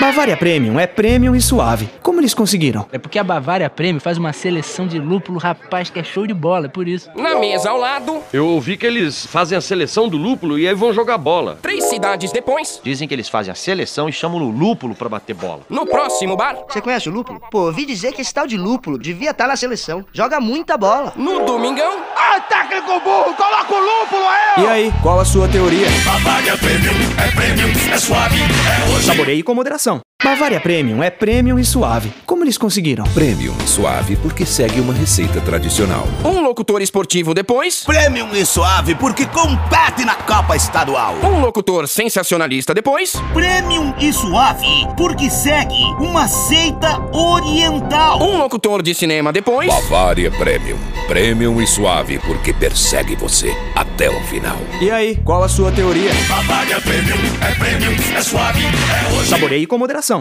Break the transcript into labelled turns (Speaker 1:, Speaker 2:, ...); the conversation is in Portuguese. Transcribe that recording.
Speaker 1: Bavaria Premium é premium e suave. Como eles conseguiram?
Speaker 2: É porque a Bavária Prêmio faz uma seleção de lúpulo, rapaz, que é show de bola, é por isso.
Speaker 3: Na mesa ao lado,
Speaker 4: Eu ouvi que eles fazem a seleção do lúpulo e aí vão jogar bola.
Speaker 3: três cidades depois,
Speaker 5: Dizem que eles fazem a seleção e chamam no lúpulo pra bater bola.
Speaker 3: no próximo bar,
Speaker 6: Você conhece o lúpulo? Pô, ouvi dizer que esse tal de lúpulo devia estar na seleção. Joga muita bola.
Speaker 3: no domingão,
Speaker 1: E aí, qual a sua teoria?
Speaker 7: Bavaria Premium é premium, é suave, é hoje.
Speaker 1: Saboreie com moderação. Bavaria Premium é premium e suave. Como eles conseguiram?
Speaker 8: Premium suave porque segue uma receita tradicional.
Speaker 3: um locutor esportivo depois,
Speaker 7: Premium e suave porque compete na Copa Estadual.
Speaker 3: um locutor sensacionalista depois,
Speaker 9: Premium e suave, porque segue uma seita oriental.
Speaker 3: um locutor de cinema depois,
Speaker 8: Bavária Premium. Premium e suave porque persegue você até o final.
Speaker 1: E aí, qual a sua teoria?
Speaker 7: Bavaria Premium é premium, é suave, é hoje.
Speaker 1: Saboreie com moderação.